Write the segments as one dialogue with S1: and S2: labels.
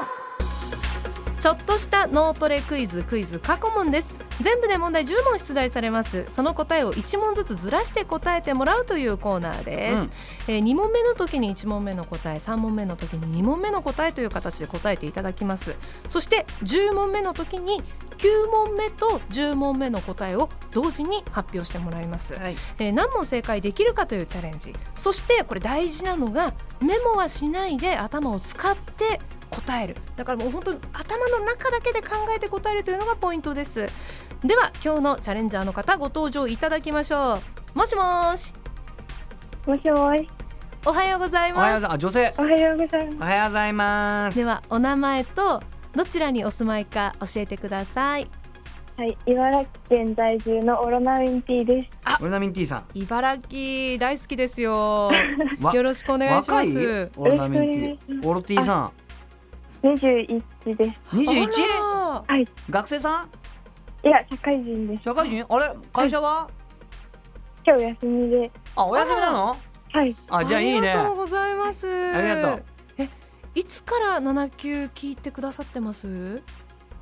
S1: 問ちょっとした脳トレクイズクイズ過去問です全部で問題10問出題されますその答えを1問ずつずらして答えてもらうというコーナーです、
S2: うん
S1: え2問目の時に1問目の答え3問目の時に2問目の答えという形で答えていただきますそして10問目の時に9問目と10問目の答えを同時に発表してもらいます、
S2: はい、
S1: えー何問正解できるかというチャレンジそしてこれ大事なのがメモはしないで頭を使って答えるだからもう本当に頭の中だけで考えて答えるというのがポイントですでは今日のチャレンジャーの方ご登場いただきましょうもしもーし
S3: もしもし。
S1: おはようござい
S2: おは
S1: ます
S2: ようございますあ女性
S3: おはようござい
S2: お
S3: ます。
S2: はようございます
S1: ではお名前とどちらにお住まいか教えてください
S3: はい、茨城県在住のオロナウィンティです。
S2: オルナミン T さ
S1: 茨城大好きですよ
S2: んわ
S1: よろしくお願いしま
S2: 若い
S1: す
S2: オルナミン
S3: よろしくお願い
S2: T オロ T さ
S3: 二十一です。
S2: ん21
S1: あら
S2: 学生さん
S3: いや、社会人です。
S2: 社会人あれ会社は
S3: 今日休みで。
S2: あお休みなの
S3: はい。
S2: あじゃあいいね
S1: ありがとうございます。
S2: ありがとう。
S1: え、いつから七級聞いてくださってます？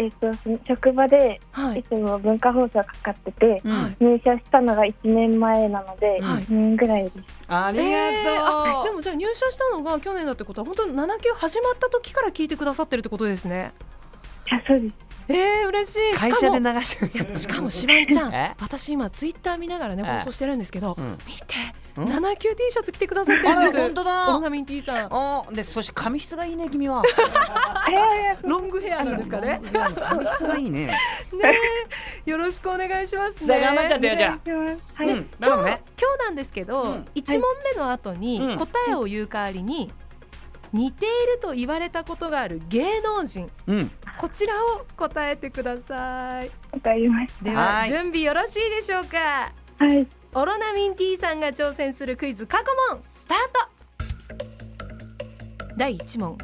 S3: えっ、と、職場で
S1: はいい。
S3: つも文化放送がかかってて、
S2: う
S1: はい
S2: ん
S3: 入社したのが一年前なので、
S2: はい
S3: 一年ぐらいです。
S2: あり
S1: えーあ
S2: が
S1: で
S2: とう
S1: もじゃあ入社したのが去年だってことは本当に七級始まった時から聞いてくださってるってことですね。
S3: いや、そうです。
S1: えー、嬉しい。
S2: 会社で
S1: しかも
S2: 流して
S1: いや
S2: る
S1: しかもしばんちゃん
S2: え、
S1: 私今ツイッター見ながらね
S2: ええ
S1: 放送してるんですけど、
S2: うん
S1: 見て
S2: ん
S1: 七級 T シャツ着てくださって
S2: あ
S1: るん
S2: ら
S1: です
S2: 本。当
S1: オロ
S2: だ
S1: ナミン T さん、
S2: あーでそして髪質がいいね君は
S3: あいやいや、
S1: ロングヘアなんですかね。
S2: いや髪質がいいね
S1: ねえ、よろしくお願いしますね。
S2: さあ頑張っちゃっ
S3: お
S2: てよじゃ
S3: 願いします。は
S2: あ
S3: い。
S2: うん
S1: 今日
S2: 頼むね
S1: 今日なんですけ
S2: う
S1: ど
S2: ん、
S1: 一、問目の後に
S2: うん
S1: 答えを言う代わりに、似ていると言われたことがある芸能人、
S2: うん
S1: こちらを答えてください。
S3: わかりまし
S1: では
S2: はーい
S1: 準備よろしいでしょうか。
S3: た。はい。
S1: オロナミン T さんが挑戦するクイズ過去問スタート第1問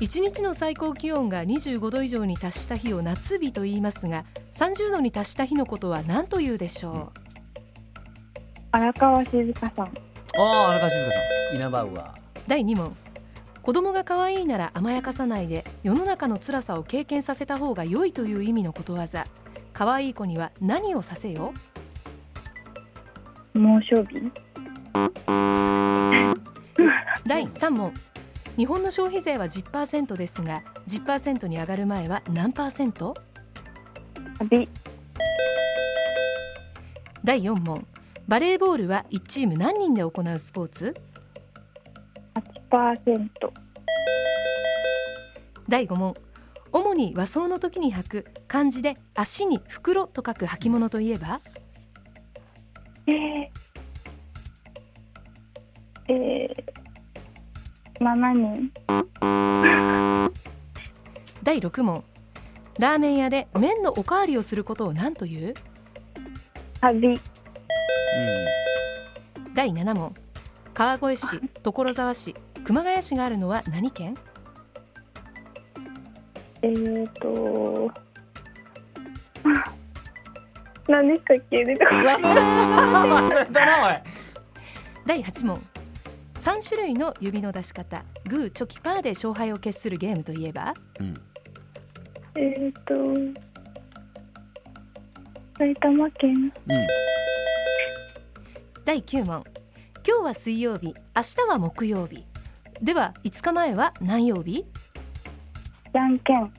S1: 1日の最高気温が25度以上に達した日を夏日と言いますが30度に達した日のことは何というでしょ
S3: 荒川静香さん。
S2: ああ荒川静香さん稲葉は
S1: う第2問子供が可愛いなら甘やかさないで世の中の辛さを経験させた方が良いという意味のことわざ可愛い子には何をさせよ
S3: 猛暑日。
S1: 第3問日本の消費税は10%ですが10%に上がる前は何パーセント
S3: 旅。
S1: 第4問バレーボールは1チーム何人で行うスポーツ
S3: 八パーセント。
S1: 第5問主に和装の時に履く漢字で足に袋と書く履物といえば
S3: えー、えー、7人
S1: 第6問ラーメン屋で麺のおかわりをすることを何という
S3: 旅
S1: 第7問川越市所沢市熊谷市があるのは何県
S3: えーと 何でしたっけ出てこ
S2: うん
S3: な
S2: う
S3: い
S2: わ 忘れたな
S1: 第8問3種類の指の出し方グーチョキパーで勝敗を決するゲームといえば
S2: おい
S3: えーと埼玉県
S1: 第9問今日は水曜日明日は木曜日では5日前は何曜日
S3: じゃんけん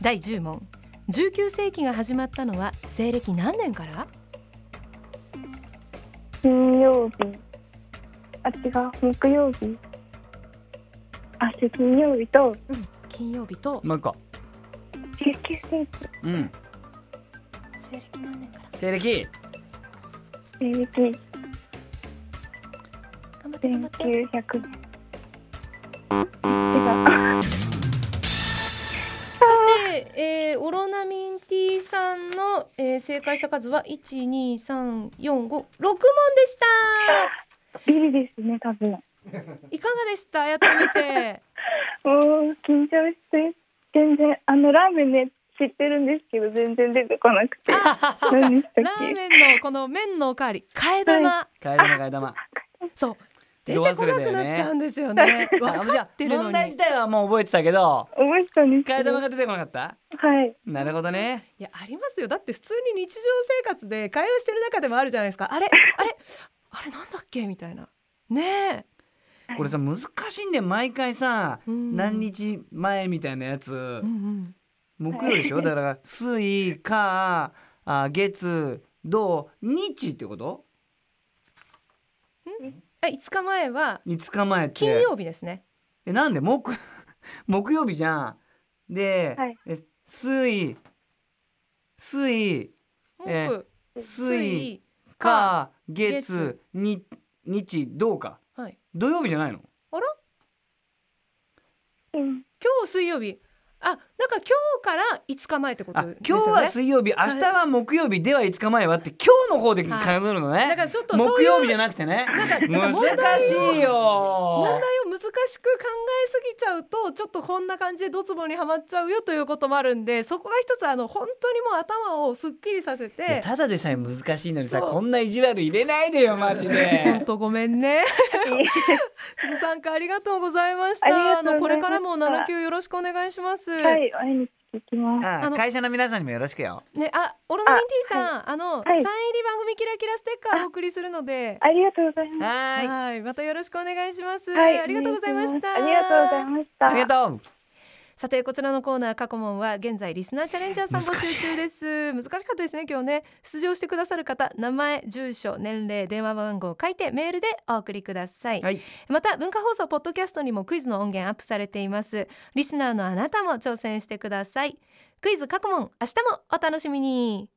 S1: 第10問19世紀が始まったのは西暦何年から
S3: 金曜日あ違う木曜日あ違う金曜日と
S1: 金曜日と
S2: うんもう一個
S3: 19世紀
S2: うん
S1: 西暦何年から
S2: 西暦
S3: 西暦
S1: 頑張って頑張って
S3: 1900年違う
S1: で、えー、オロナミン T さんの、えー、正解した数は一二三四五六問でした
S3: ビリですね多分
S1: いかがでしたやってみて
S3: もう緊張して全然あのラーメンね知ってるんですけど全然出てこなくて何でしたっ
S1: ラー
S3: け
S1: メンのこの麺のおかわり替え玉、
S2: 替え玉替え玉
S1: そう出てこなくなっちゃうんですよね。分かってるの
S2: あじゃあ問
S1: に。
S2: 題
S1: い
S2: 自体はもう覚えてたけど
S3: 覚えてたんです
S2: 替
S3: け
S2: え
S3: ど
S2: 玉が出てこなかった
S3: はい
S2: なるほどね
S1: やありますよ。だって普通に日常生活で会話してる中でもあるじゃないですか。あれあれあれなんだっけみたいな。ねえ。
S2: これさ難しいんだよ毎回さ、
S1: うん
S2: 何日前みたいなやつ、
S1: うんうん。
S2: 木曜で しょだから水火あ月土日ってこと
S1: あ5日前は
S2: 5日前って
S1: 金曜日ですね。
S2: えなんで木 木曜日じゃんで、
S3: はい
S2: え水水え
S1: 木
S2: 水
S1: 水
S2: 火月
S1: 月
S2: 日日土か
S1: はい。
S2: 土曜日じゃないの
S1: あら
S3: うん
S1: 今日水曜日。あなんか今日から5日前ってこと
S2: あ
S1: です
S2: 今
S1: よ
S2: 日
S1: ね。
S2: は水曜日、
S1: い
S2: 明日は木曜日、では5日前はって今日の方で考えるのね、
S1: いだからちょっとそういう
S2: 木曜日じゃなくてね
S1: なんかなんか
S2: 難
S1: 問題を
S2: しいよ
S1: 問題を難しく考えすぎちゃうとちょっとこんな感じでドツボにはまっちゃうよということもあるんでそこが一つあの本当にもう頭をすっきりさせ
S2: いや
S1: て
S2: ただでさえ難しいのにさ
S1: そう
S2: こんな意地悪入れないでよマジで
S1: 本当ごめん ねご参加ありがとうございました
S3: ありがとうございました
S1: のこれからも7級よろしくお願いします、
S3: はい毎日聞きます
S2: あ
S1: あの
S2: 会社の皆さんにもよろしくよ
S1: ねあオロナミン T さんあ,、の、
S3: い
S1: サイン入り番組キラキラステッカーをお送りするので
S3: ありがとうございます
S2: はーい
S1: はいまたよろしくお願いします、
S3: はい
S1: ありがとうございました
S3: ありがとうございました
S2: ありがとう
S1: さてこちらのコーナー過去問は現在リスナーチャレンジャーさん募集中です難しかったですね今日ね出場してくださる方名前住所年齢電話番号を書いてメールでお送りください、
S2: はい
S1: また文化放送ポッドキャストにもクイズの音源アップされていますリスナーのあなたも挑戦してくださいクイズ過去問明日もお楽しみに